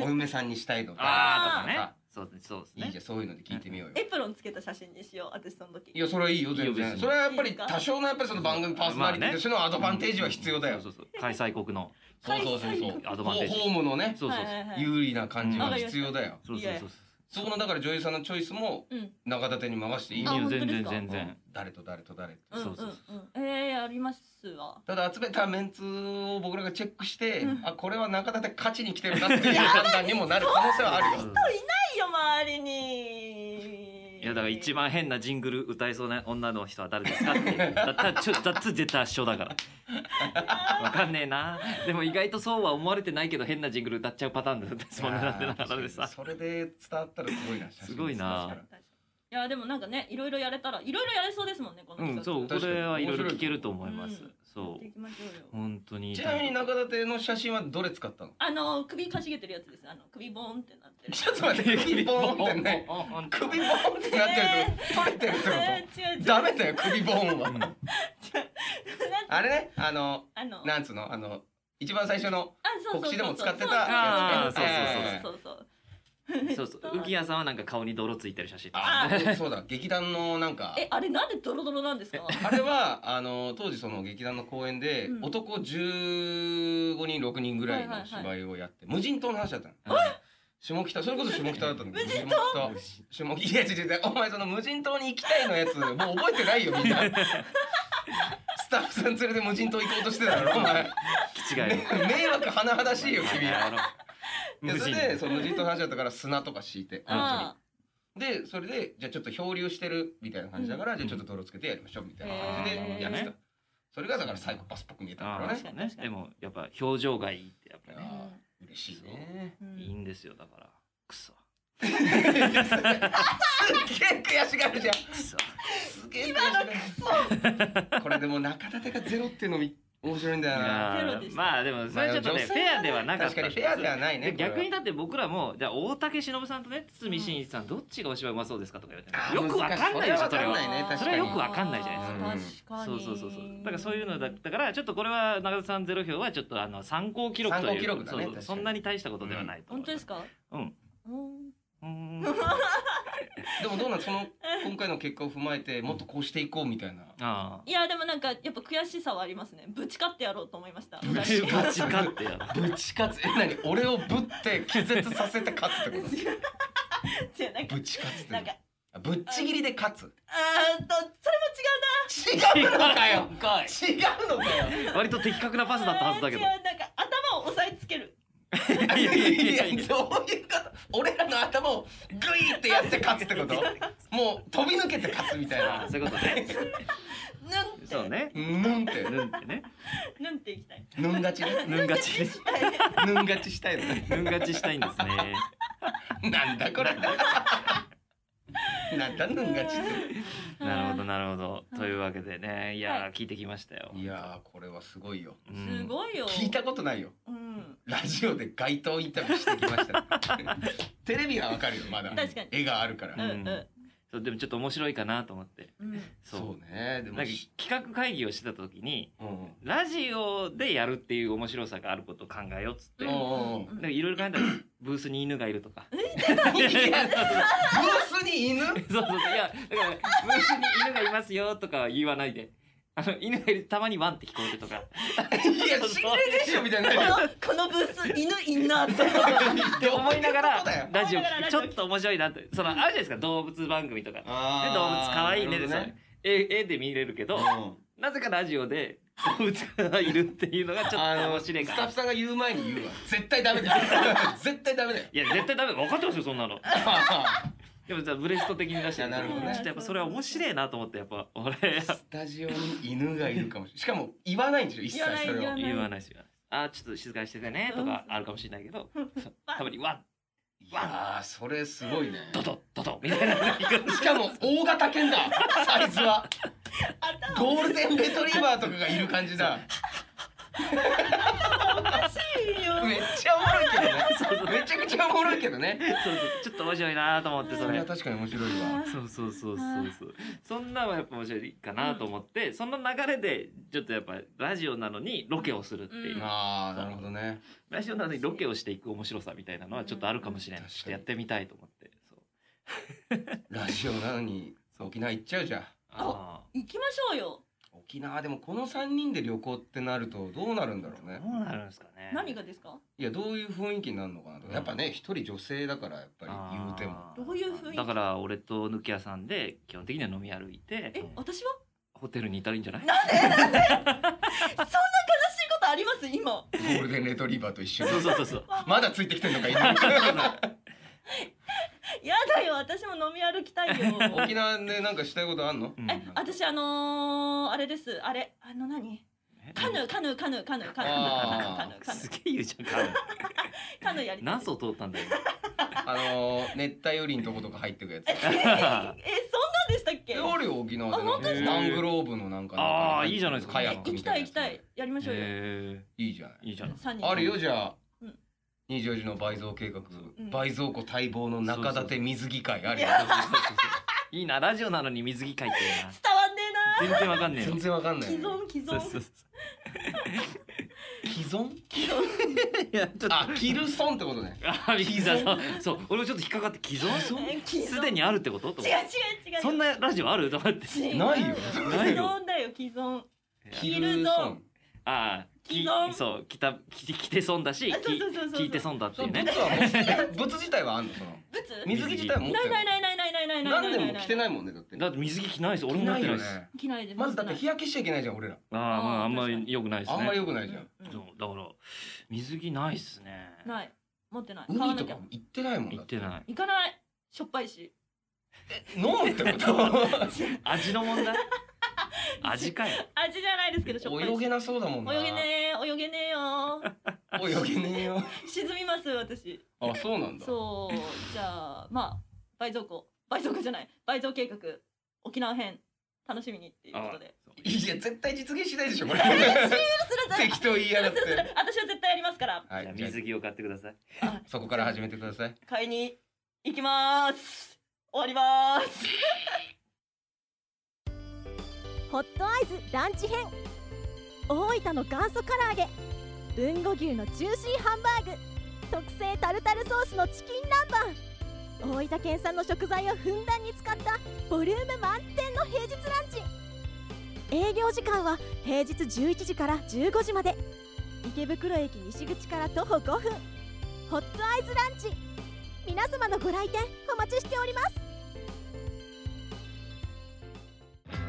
Speaker 1: お嫁さんにしたいの
Speaker 3: あーと
Speaker 1: と
Speaker 3: かね。そうですそうですね。
Speaker 1: いいじゃんそういうので聞いてみようよ
Speaker 2: エプロンつけた写真にしよう私その時
Speaker 1: いやそれはいいよ全
Speaker 3: いいよ
Speaker 1: 然
Speaker 3: 別に
Speaker 1: それはやっぱ
Speaker 2: いい
Speaker 1: り
Speaker 2: ですか
Speaker 1: 多少のやっぱりその番組パーソナリティ
Speaker 3: まあ
Speaker 1: と
Speaker 3: ね
Speaker 1: してのアドバンテージは必要だよ
Speaker 3: そ
Speaker 1: そう
Speaker 3: うそうそう開催国の。
Speaker 1: そうそうそう
Speaker 2: 開催
Speaker 3: アドバン
Speaker 1: ホ
Speaker 3: テージ。
Speaker 1: ームのね
Speaker 3: そうそう
Speaker 2: はいはいはい
Speaker 1: 有利な感じは必要だよ
Speaker 3: そう。そうそうそう。
Speaker 1: そこのだから女優さんのチョイスも
Speaker 2: うん
Speaker 1: 中立に回していい
Speaker 3: いい
Speaker 1: よ
Speaker 2: あ
Speaker 3: よ
Speaker 2: 本当
Speaker 3: 全
Speaker 2: です
Speaker 3: 然
Speaker 2: か
Speaker 3: 全然。
Speaker 1: 誰と誰と誰と
Speaker 2: うんう
Speaker 3: そ
Speaker 2: ん
Speaker 3: うそう
Speaker 2: うんええやりますわ
Speaker 1: ただ集めたメンツを僕らがチェックして、
Speaker 2: うん
Speaker 1: あこれは中田で勝ちに来てるなっていう判断にもなる可能性はあるよ。
Speaker 2: いいよ周りに
Speaker 3: いやだから一番変なジングル歌えそうな女の人は誰ですかってだったらちょだっつ絶対圧勝だからわかんねえなでも意外とそうは思われてないけど変なジングル歌っちゃうパターンですもんねだってなからでさ
Speaker 1: それで伝わったらすごいな。
Speaker 3: すごいな
Speaker 2: 確かにいやでもなんかねいろいろやれたらいろいろやれそうですもんねこ
Speaker 3: う
Speaker 2: の
Speaker 3: ん
Speaker 2: 企
Speaker 3: そ
Speaker 2: 画
Speaker 3: うこれはいろいろ聞けると思います
Speaker 2: うんやっ
Speaker 3: そ
Speaker 2: ていうきましょうよ
Speaker 3: 本当に
Speaker 1: ちなみに中田の写真はどれ使った の？
Speaker 2: あの首かしげてるやつですあの首ボーンってなってる
Speaker 1: ちょっと 待って首ボーンってね。首ボーンってなってると取れてるってこ
Speaker 2: え ー違う違
Speaker 1: と。
Speaker 2: う
Speaker 1: ダメだよ首ボーンは。
Speaker 2: なん
Speaker 1: あれねあの
Speaker 2: あの
Speaker 1: なんつうのあの一番最初の
Speaker 2: あそうそうそうそう
Speaker 1: 告知でも使ってたやつね
Speaker 3: あー
Speaker 2: そうそうそうそう
Speaker 3: そうそう 浮谷さんはなんか顔に泥ついてる写真
Speaker 1: あそうだ劇団のなんか
Speaker 2: えあれなんでドロドロなんですか
Speaker 1: あれはあの当時その劇団の公演で、
Speaker 2: うん
Speaker 1: 男15人6人ぐらい
Speaker 2: はい
Speaker 1: の
Speaker 2: はいはい
Speaker 1: 芝居をやって、無人島の話だったの下北それこそ下北だったんだけど
Speaker 2: 無人
Speaker 1: 下北下北いや違う違うお前その無人島に行きたいのやつもう覚えてないよみん なスタッフさん連れて無人島行こうとしてただろお前
Speaker 3: 気違いの
Speaker 1: 迷惑甚だしいよ君いや
Speaker 3: 無
Speaker 1: そ
Speaker 3: 人
Speaker 1: れでその無人島の話だったから砂とか敷いて
Speaker 2: あ
Speaker 1: でそれでじゃあちょっと漂流してるみたいな感じだから、じゃあちょっと泥つけてやりましょうみたいな感じでやってた、
Speaker 3: へー
Speaker 1: それがだからサイコパスっぽく見えたか
Speaker 3: あ
Speaker 1: ら
Speaker 3: あ
Speaker 1: ね
Speaker 3: そうねでもやっぱ表情がいいってやっぱ
Speaker 1: い
Speaker 3: り
Speaker 1: や
Speaker 3: ね
Speaker 1: ー嬉しいね
Speaker 2: ーう
Speaker 3: いい
Speaker 2: ん
Speaker 3: んですよだからくそ
Speaker 1: すっげえ悔しがるじゃん
Speaker 3: くそ
Speaker 1: すげえ悔しがるこれでも中立がゼロっていうのも面白いんだよな
Speaker 2: ゼロ
Speaker 3: い
Speaker 2: で
Speaker 3: や
Speaker 2: した
Speaker 3: まあでもそれちょっとね
Speaker 1: まあ女性
Speaker 3: フ
Speaker 1: はね
Speaker 3: ェアではなかった
Speaker 1: 確かにフェアではないね
Speaker 3: で逆に
Speaker 1: こ
Speaker 3: だって僕らもじゃあ大竹しのぶさんとね堤真一さんどっちがお芝居うまそうですかとか言われて
Speaker 1: あー
Speaker 3: もよくわかんないでしょそれ
Speaker 1: わ
Speaker 3: は
Speaker 1: かんないね確かに
Speaker 3: それはよくわかんないじ
Speaker 1: な
Speaker 3: ゃ
Speaker 1: いです
Speaker 2: か
Speaker 3: そうそうそうそうだからそういうのだったからちょっとこれは中田さんゼロ票はちょっとあの参考記録と
Speaker 1: 参
Speaker 3: いう
Speaker 1: 考記録だね
Speaker 3: そう
Speaker 1: 確か
Speaker 3: そ
Speaker 1: に
Speaker 3: うそんなに大したことではないと思
Speaker 2: 本
Speaker 3: う
Speaker 2: 当ですか
Speaker 3: うん
Speaker 2: うん
Speaker 3: うー ん
Speaker 1: れはでもどうなんその今回の結果を踏まえてもっとこうしていこうみたいな
Speaker 3: あ
Speaker 2: いやでもなんかやっぱ悔しさはありますねぶち勝ってやろうと思いました
Speaker 3: あぶちぶちかってやる
Speaker 1: ぶち勝つえ何俺をぶって気絶させて勝つってこ
Speaker 2: 違う違うなん
Speaker 1: と
Speaker 2: か
Speaker 1: ぶち勝つって
Speaker 2: なんか
Speaker 1: あぶっちぎりで勝つ
Speaker 2: あーっとそれも
Speaker 1: 違
Speaker 2: 違う
Speaker 1: うのかよ
Speaker 3: か
Speaker 1: 違うのかよ
Speaker 3: 割と的確なパスだったはずだけど
Speaker 2: あー違うなんか頭を押さえつける
Speaker 1: いやいやいやそういうこと俺らの頭をグイってやって勝つってこともう飛び抜けて勝つみたい
Speaker 3: あ
Speaker 1: な
Speaker 3: ーそういうことね
Speaker 2: なんて
Speaker 3: そうね
Speaker 1: ぬんって
Speaker 3: ぬんってね
Speaker 2: なんていきたい
Speaker 1: ぬん勝ちね
Speaker 3: ぬん勝ち
Speaker 1: ぬん勝ちしたいのね
Speaker 3: ぬん勝ちしたいんですね
Speaker 1: なんだこれなんだぬん勝ちっ
Speaker 3: なるほどなるほどというわけでねいやー聞いてきましたよ
Speaker 1: ていやーこれはすごいよ
Speaker 3: うん
Speaker 2: すごいよ
Speaker 1: 聞いたことないよ
Speaker 2: うん
Speaker 1: ラジオで街頭インタビューしてきましたテレビはわかるよまだ
Speaker 2: 確かに
Speaker 1: 絵があるから
Speaker 2: うんうん
Speaker 3: そうでもちょっと面白いかなと思って
Speaker 2: うん
Speaker 3: そう
Speaker 1: そうねでも
Speaker 3: なんか企画会議をしてた時に
Speaker 1: うんうん
Speaker 3: ラジオでやるっていう面白さがあることを考えようっつって
Speaker 1: うんうんうん
Speaker 2: うん
Speaker 3: でいろいろ考えたらブースに犬がいるとか
Speaker 1: いやブースに 犬
Speaker 3: そうそうそういやだからブースに犬がいますよとかは言わないであの犬がいるたまにワンって聞こえるとか
Speaker 1: いや心霊現象みたいにな
Speaker 2: こ
Speaker 1: るよ
Speaker 2: のこのブース犬いんなって
Speaker 3: って思いなが
Speaker 1: どういうこ
Speaker 3: らラジオ
Speaker 2: 思いながらラ
Speaker 3: ち
Speaker 2: ジオ
Speaker 3: ょっと面白いなってそのあるじゃないですか動物番組とかで動
Speaker 1: あー
Speaker 3: 物可愛いねで
Speaker 1: な
Speaker 3: さ
Speaker 1: る
Speaker 3: 絵絵で見れるけど
Speaker 1: ほどね
Speaker 3: なぜかラジオで動物がいるっていうのがちょっ
Speaker 1: あ
Speaker 3: と
Speaker 1: の
Speaker 3: 面
Speaker 1: ス
Speaker 3: 白いか
Speaker 1: タッ
Speaker 3: な
Speaker 1: フさんが言う前に言うわ絶対ダメだよ 絶対ダメだよ
Speaker 3: いや絶対ダメ分かってますよそんなの
Speaker 1: あ
Speaker 3: でもじゃあブレスト的に出して
Speaker 1: いやなるほどね
Speaker 3: ちょっとやっぱそれは面白いなと思ってやっぱ俺
Speaker 1: ースタジオに犬がいるかもしれないしかも言わないんですよ一切
Speaker 2: 言わない
Speaker 1: それ
Speaker 2: 言
Speaker 1: を
Speaker 2: わない
Speaker 3: 言わないですよあーちょっと静かにしててねとかあるかもしれないけどそうたまにワン
Speaker 1: いやーそれすごいね
Speaker 3: ドドドドみたいなのがいる
Speaker 1: しかも大型犬だサイズは
Speaker 2: 頭
Speaker 1: ゴールデンレトリバーとかがいる感じだ
Speaker 2: おかしいよ
Speaker 1: めっちゃおもろいけどねめちゃくちゃおもろいけどね
Speaker 3: そうそうちょっと面白いなと思ってそ
Speaker 1: それ
Speaker 3: れ
Speaker 1: は確かに面白いわ
Speaker 3: そうそうそうそうそう。そんなんはやっぱ面白いかなと思って、その流れでちょっとやっぱラジオなのにロケをするっていう、
Speaker 2: うん
Speaker 1: あーなるほどね
Speaker 3: ラジオなのにロケをしていく面白さみたいなのはちょっとあるかもしれない。
Speaker 1: うん
Speaker 3: ちょっとやってみたいと思って。そう
Speaker 1: ラジオなのに沖縄行っちゃうじゃん
Speaker 3: あ
Speaker 2: 行きましょうよ
Speaker 1: 沖縄でもこの3人で旅行ってなるとどうなるんだろう
Speaker 3: あ、
Speaker 1: ね
Speaker 3: どうなるんですかね。
Speaker 2: 何がですか
Speaker 1: いやどういう雰囲気になるのかなとやっぱね一人女性だからやっぱり言うても
Speaker 3: あー
Speaker 2: どういう雰囲気
Speaker 3: だから俺と抜き屋さんで基本的には飲み歩い
Speaker 2: え
Speaker 3: て
Speaker 2: 私は
Speaker 3: ホテルにいたらいいんじゃない？
Speaker 2: なんで なんでそんな悲しいことあります今
Speaker 1: ゴールデンレトリバーと一緒に
Speaker 3: そうそうそうそう。
Speaker 1: まだついてきてんのか犬
Speaker 2: やだよ私も飲み歩きたいよ
Speaker 1: 沖縄でなんかしたいことあんの
Speaker 3: うん
Speaker 2: え私あのー、あれですあれあの何カヌーカヌーカヌーカヌーカヌーカヌーカヌーカヌ
Speaker 3: す
Speaker 2: ー
Speaker 3: げえ言うじゃんカヌー。
Speaker 2: カヌーやりたい
Speaker 3: 何層通ったんだよ。
Speaker 1: あのー熱帯雨林のとことか入ってくやつ
Speaker 2: ええそんなんでしたっけ
Speaker 1: えあるよ沖縄で
Speaker 2: あ本当
Speaker 3: ですか
Speaker 1: マングローブのなんか
Speaker 3: あーいいじゃないですか
Speaker 1: カヤック
Speaker 2: 行
Speaker 1: み
Speaker 2: き
Speaker 1: た
Speaker 2: た
Speaker 1: い
Speaker 2: い
Speaker 1: な
Speaker 2: 行きたいやりましょうよ
Speaker 3: へ
Speaker 1: いいじゃない
Speaker 3: えいいじゃない。
Speaker 2: 三人
Speaker 1: あるよじゃあ
Speaker 2: うん
Speaker 1: 二条時の倍増計画
Speaker 2: ん
Speaker 1: 倍増庫待望の中立水着会あるよ
Speaker 3: そうそうそうそういいなラジオなのに水着書いてる
Speaker 2: 伝わんねえな
Speaker 3: な全然わかんねえよ
Speaker 1: 全然わかんない
Speaker 2: 既存既
Speaker 3: そう
Speaker 2: 存
Speaker 3: そうそう
Speaker 1: 既存
Speaker 3: いやちょっと
Speaker 1: あキルソンってことね
Speaker 3: あびっくりしたそうそう俺もちょっと引っかかって既
Speaker 2: え
Speaker 3: 存
Speaker 2: 既存
Speaker 3: すでにあるってことと思
Speaker 2: 違う違
Speaker 3: って
Speaker 2: う違う
Speaker 3: そんなラジオあると思って
Speaker 2: 違う
Speaker 1: ないよ
Speaker 3: ない
Speaker 2: 既
Speaker 3: よ
Speaker 2: 存だよ既存
Speaker 1: キ
Speaker 2: キルソン
Speaker 3: ああき
Speaker 2: 既存
Speaker 3: そうきたききて損だしき
Speaker 2: あそうそうそうそうそう
Speaker 3: 聞いて損だって
Speaker 1: そ
Speaker 3: いうう
Speaker 1: 物
Speaker 3: ね
Speaker 1: はもう物自体はあんの その
Speaker 2: ブツ
Speaker 1: 水着自体は持っ
Speaker 2: な
Speaker 1: て
Speaker 2: いない
Speaker 1: る
Speaker 2: ないないないないないない
Speaker 1: 何年も着てないもんねだって
Speaker 3: だって水着着ないです俺も持ってないです、
Speaker 1: ね
Speaker 2: 着ないで
Speaker 1: まずだって日
Speaker 2: や
Speaker 1: 焼けしちゃいけないじゃん俺ら
Speaker 3: ああまああんまり良くないです
Speaker 1: あ
Speaker 3: ね
Speaker 1: んまり良くないじゃん
Speaker 3: そうだから水着ないっすね
Speaker 2: ない持ってない買わ
Speaker 1: 海
Speaker 2: な
Speaker 1: と
Speaker 2: き
Speaker 1: か
Speaker 2: ゃ
Speaker 1: も行ってないもん
Speaker 3: 行
Speaker 1: だ
Speaker 3: っ
Speaker 1: って
Speaker 3: てない
Speaker 2: 行かないしょっぱいし
Speaker 1: 飲むって こ
Speaker 3: 味の問題味かよ
Speaker 2: 味じゃないですけどしょっ
Speaker 1: と
Speaker 2: ぱいし
Speaker 1: 泳げなそうだもんな
Speaker 2: 泳げねえ泳げねえよ
Speaker 1: 泳げねえよ
Speaker 2: 沈みます私
Speaker 1: あそうなんだ
Speaker 2: そうじゃあまあ倍増庫倍増庫じゃない倍増計画沖縄編楽しみにっていうことで
Speaker 1: いや絶対実現しないでしょこ れ
Speaker 2: する
Speaker 1: 適当言いやがって
Speaker 2: するする私は絶対やりますから
Speaker 1: は
Speaker 3: じゃあ
Speaker 1: いじゃ
Speaker 3: 水着を買ってください
Speaker 1: あそこから始めてください
Speaker 2: 買いに行きます終わります
Speaker 4: ホットアイズランチ編大分の元祖唐揚げ豊後牛のジューシーハンバーグ特製タルタルソースのチキン南蛮大分県産の食材をふんだんに使ったボリューム満点の平日ランチ営業時間は平日11時から15時まで池袋駅西口から徒歩5分ホットアイズランチ皆様のご来店お待ちしております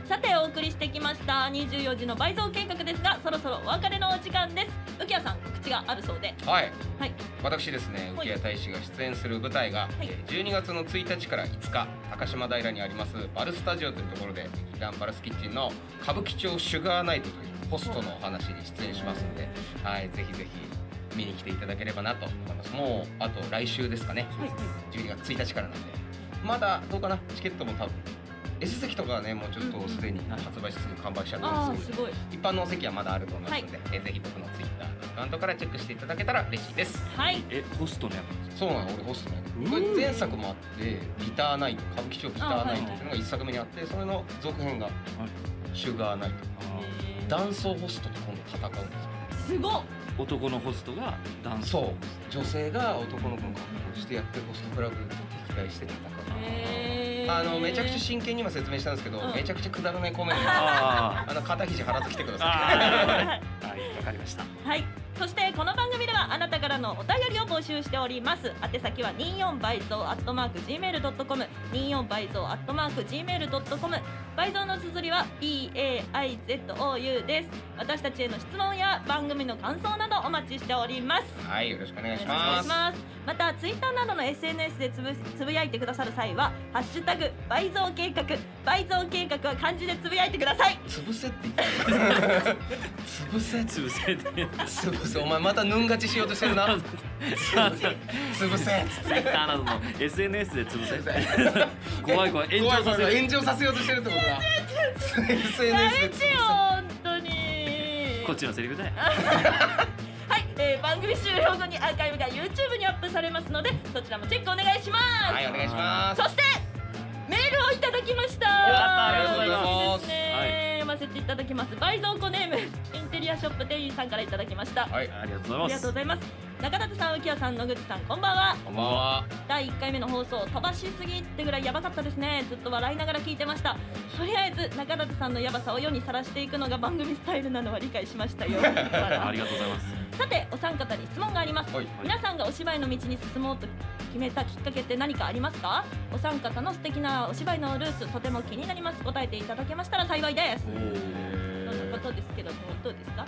Speaker 2: さてお送りしてきました24時の倍増計画ですがそろそろお別れのお時間です浮谷さん口があるそうで
Speaker 1: はい、
Speaker 2: はい
Speaker 1: 私ですね
Speaker 2: はい
Speaker 1: 浮谷大使が出演する舞台が、
Speaker 2: い
Speaker 1: えー12月の1日から5日高島平にありますバルスタジオというところで劇団バルスキッチンの歌舞伎町シュガーナイトというホストのお話に出演しますので、はい、ぜひぜひ見に来ていただければなと思いますもうあと来週ですかね12月1日からなんでまだどうかなチケットも多分 S 席とかはねもうちょっとすでに発売してすぐ完売しちゃった
Speaker 2: あ
Speaker 1: ん
Speaker 2: あ
Speaker 1: ですけど
Speaker 2: すごい
Speaker 1: 一般のお席はまだあると思いますので、えーぜひ僕のツイッターとカウントからチェックしていただけたら嬉しいです
Speaker 2: はい
Speaker 3: えホストのや
Speaker 1: そうなの俺ホストなんだ
Speaker 3: うん
Speaker 1: これ前作もあって「ギターナイト」歌舞伎町ギターナイトっていうのが一作目にあってそれの続編が「シュガーナイト」男装ホストと今度戦うんですよ
Speaker 2: すごっ
Speaker 3: つ男のホストがダンス
Speaker 1: そう女性が男の子の格好をしてやってホストクラブと敵対して戦う
Speaker 2: へー
Speaker 1: あのめちゃくちゃ真剣に今説明したんですけど、
Speaker 2: うん
Speaker 1: めちゃくちゃくだらないコメディー
Speaker 3: あ
Speaker 1: あの肩肘張らず来てくだ
Speaker 3: ー
Speaker 1: さい
Speaker 3: あーはいわかりました
Speaker 2: はい。そしてこの番組ではあなたからのお便りを募集しております。宛先は24倍増アットマーク gmail ドットコム、24倍増アットマーク gmail ドットコム。倍増の綴りは b a i z o u です。私たちへの質問や番組の感想などお待ちしております。
Speaker 1: はいよろしくお願いし
Speaker 2: お願
Speaker 1: ま
Speaker 2: いし
Speaker 1: す
Speaker 2: ます。またツイッターなどの SNS でつぶつぶやいてくださる際はハッシュタグ倍増計画、倍増計画は漢字でつぶやいてください。
Speaker 1: 潰せって言ったの潰せ
Speaker 3: 潰せて
Speaker 1: 潰せお前またヌン勝ちしようとしてる な潰せ
Speaker 3: ツイッターなどの SNS で潰せ怖い怖
Speaker 1: 怖
Speaker 3: い炎
Speaker 1: い
Speaker 3: 上
Speaker 1: 怖
Speaker 3: さ
Speaker 1: い
Speaker 3: せ
Speaker 1: 怖い
Speaker 3: る
Speaker 1: 炎上させようとしてるってことだ SNS で潰せ
Speaker 2: 本当に
Speaker 3: こっちのセリフだよ
Speaker 2: はい、えー、番組終了後にアーカイブが YouTube にアップされますのでそちらもチェックお願いします、
Speaker 1: はいお願いします
Speaker 2: そしてメールをいただきました
Speaker 3: わったありがとうござい
Speaker 1: ます
Speaker 2: 嬉しいですね、読ませていただきます倍増子ネームインテリアショップ店員さんからいただきました、
Speaker 1: はい
Speaker 3: ありがとう
Speaker 2: あ
Speaker 3: ご
Speaker 2: り
Speaker 3: ざい
Speaker 2: が
Speaker 3: ま
Speaker 2: とうございます中舘さん、浮谷さん、野口さん、こんばんは
Speaker 1: こんばんは
Speaker 2: 第1回目の放送飛ばしすぎってぐらいやばかったですねずっと笑いながら聞いてましたとりあえず中舘さんのやばさを世にさらしていくのが番組スタイルなのは理解しましたよ
Speaker 3: すありがとうございます
Speaker 2: さてお三方に質問があります、
Speaker 1: はい
Speaker 2: 皆さんがお芝居の道に進もうと決めたきっかけって何かありますかお三方の素敵なお芝居のルーツとても気になります答えていただけましたら幸いです
Speaker 1: お
Speaker 2: とのことですけどもどうですか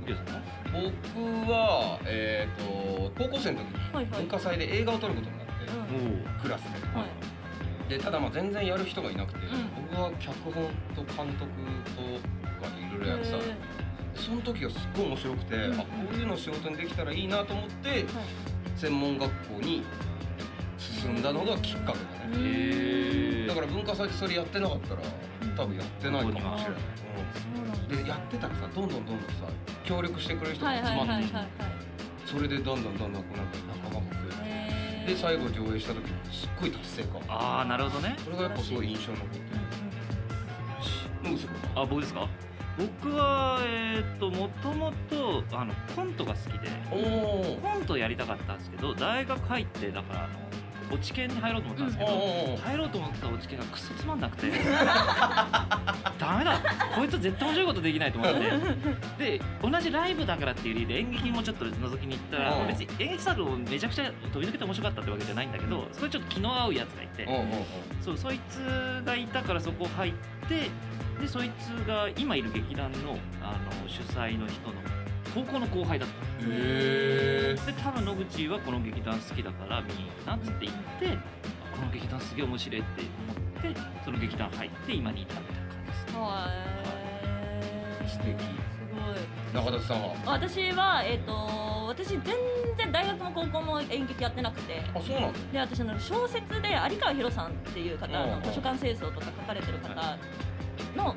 Speaker 3: 右京さん
Speaker 1: 僕は、えー、と高校生の時に
Speaker 2: はいはい
Speaker 1: 文化祭で映画を撮ることになって、
Speaker 2: うん
Speaker 3: おー
Speaker 1: クラス
Speaker 2: はい
Speaker 1: ででただまあ全然やる人がいなくて、
Speaker 2: ん
Speaker 1: 僕は脚本と監督とかいろいろやってたんで
Speaker 2: へ
Speaker 1: その時がすっごい面白くて、
Speaker 2: うん
Speaker 1: あこういうの仕事にできたらいいなと思って、専門学校に進んだのがきっかけだね、
Speaker 3: へー
Speaker 1: だから文化祭でそれやってなかったら多分やってないかもしれない、
Speaker 2: ここそうなん
Speaker 1: うんでやってたらさどんどんどんどんさ協力してくれる人が
Speaker 2: だはい
Speaker 1: 集
Speaker 2: はい
Speaker 1: ま
Speaker 2: は
Speaker 1: っ
Speaker 2: い
Speaker 1: てきて、
Speaker 2: はいはい
Speaker 1: それでどんどんどんどんこうなんか仲間も増えて。
Speaker 2: へー
Speaker 1: で最後上映した時にすっごい達成感
Speaker 3: ああなるほどね
Speaker 1: これがやっぱすごい印象に残ってるしうんすごい
Speaker 3: あ僕ですか僕はえーっともともとあのコントが好きで
Speaker 1: おおー
Speaker 3: コントやりたかったんですけど大学入ってだからあの落ち研に入ろうと思ったんですけ
Speaker 1: おー
Speaker 3: ど、
Speaker 1: おーおー
Speaker 3: 入ろうと思った落ち研がクソつまんなくてダメだこいつ絶対面白いことできないと思ってで同じライブだからっていう理由で演劇もちょっと覗きに行った
Speaker 1: う
Speaker 3: ら
Speaker 1: ん
Speaker 3: 別に演劇サークルもめちゃくちゃ飛び抜けて面白かったってわけじゃないんだけどそれちょっと気の合うやつがいて
Speaker 1: おーおー
Speaker 3: そうそいつがいたからそこ入ってでそいつが今いる劇団のあの主催の人の高校の後輩だった
Speaker 1: おーへえ
Speaker 3: で多分野口はこの劇団好きだから見に行くなっつって行ってこの劇団すげえ面白いって思ってその劇団入って今に至るみたいな感じですね
Speaker 2: はい
Speaker 1: 素
Speaker 2: す
Speaker 1: 敵
Speaker 2: ごい
Speaker 1: 中田さんは
Speaker 2: 私はえっ、と私全然大学も高校も演劇やってなくて
Speaker 1: あそうなんだ
Speaker 2: で私あの小説で有川博さんっていう方
Speaker 1: うんう
Speaker 2: の
Speaker 1: ん
Speaker 2: 図書館清掃とか書かれてる方の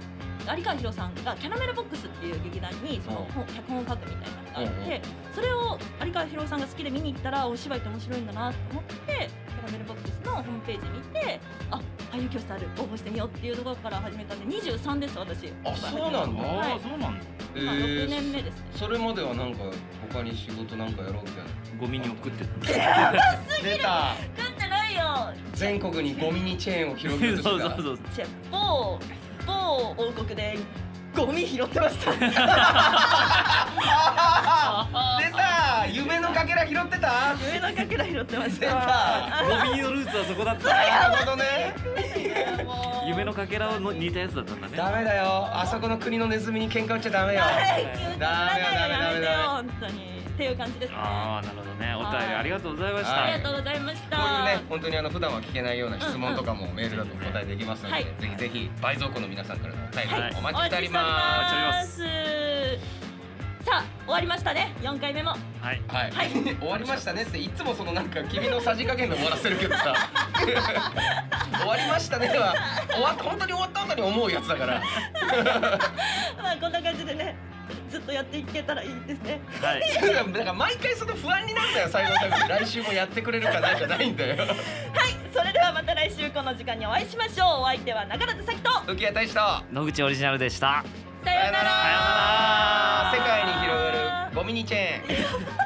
Speaker 2: 有川博さんがキャラメルボックスっていう劇団にそ
Speaker 1: う
Speaker 2: の
Speaker 1: ん
Speaker 2: 本脚本を書くみたいなのがあっ
Speaker 1: うんう
Speaker 2: てそれを有川博さんが好きで見に行ったらお芝居って面白いんだなと思ってキャラメルボックスのホームページ見てあ俳優教室ある応募してみようっていうところから始めたんで23です私
Speaker 1: あそうなんだ
Speaker 2: はい
Speaker 3: ああそうなんだ
Speaker 1: え
Speaker 2: 今6年目
Speaker 1: ー
Speaker 2: ですね
Speaker 1: それまではなんか他に仕事なんかやろうみたいな
Speaker 3: ゴミに送って
Speaker 1: 出た
Speaker 2: 食ってないよ
Speaker 1: 全国にゴミにチェーンを広げる
Speaker 3: た
Speaker 1: と
Speaker 3: そう
Speaker 1: し
Speaker 3: そ
Speaker 1: た
Speaker 3: うそう
Speaker 2: じゃあ某某王国でゴミ拾ってました
Speaker 1: 出た夢のかけら拾ってた
Speaker 2: 上のかけら拾ってまし
Speaker 1: 出
Speaker 2: た
Speaker 1: た
Speaker 3: ゴミのルーツはそこだった
Speaker 1: なるほどね
Speaker 3: 夢のかけらをの似たやつだったんだね
Speaker 1: ダメだよあそこの国のネズミに喧嘩売っちゃダメよ
Speaker 2: ダメよダメよ本当にっていう感じですね
Speaker 3: ああなるほどねお便りありがとうございました、
Speaker 1: はい
Speaker 2: ありがとうございました
Speaker 1: こういうね本当にあの普段は聞けないような質問とかもメールだとお答えできますので、
Speaker 2: はい
Speaker 1: ぜひぜひ倍増庫の皆さんからのお便
Speaker 3: は
Speaker 1: り
Speaker 3: い
Speaker 1: お待ちしておりま
Speaker 3: お待ち
Speaker 2: すさあ終わりましたね4回 目も
Speaker 3: はい
Speaker 1: す。はい、終わりましたねっていつもそのなんか君のさじ加減で終わらせるけどさ 終わりましたねは 終わった本当に終わった後に思うやつだから
Speaker 2: まあこんな感じでねずっとやっていけたらいいですね。
Speaker 3: はい
Speaker 1: だから毎回その不安になるんだよ最後のために来週もやってくれるかなじゃないんだ よ
Speaker 2: それではまた来週この時間にお会いしましょう。お相手は中田咲と。
Speaker 1: 浮谷大使とさよ
Speaker 3: 野口オリジナルでした
Speaker 2: さようなら。
Speaker 1: なら世界に広がるゴミニチェーン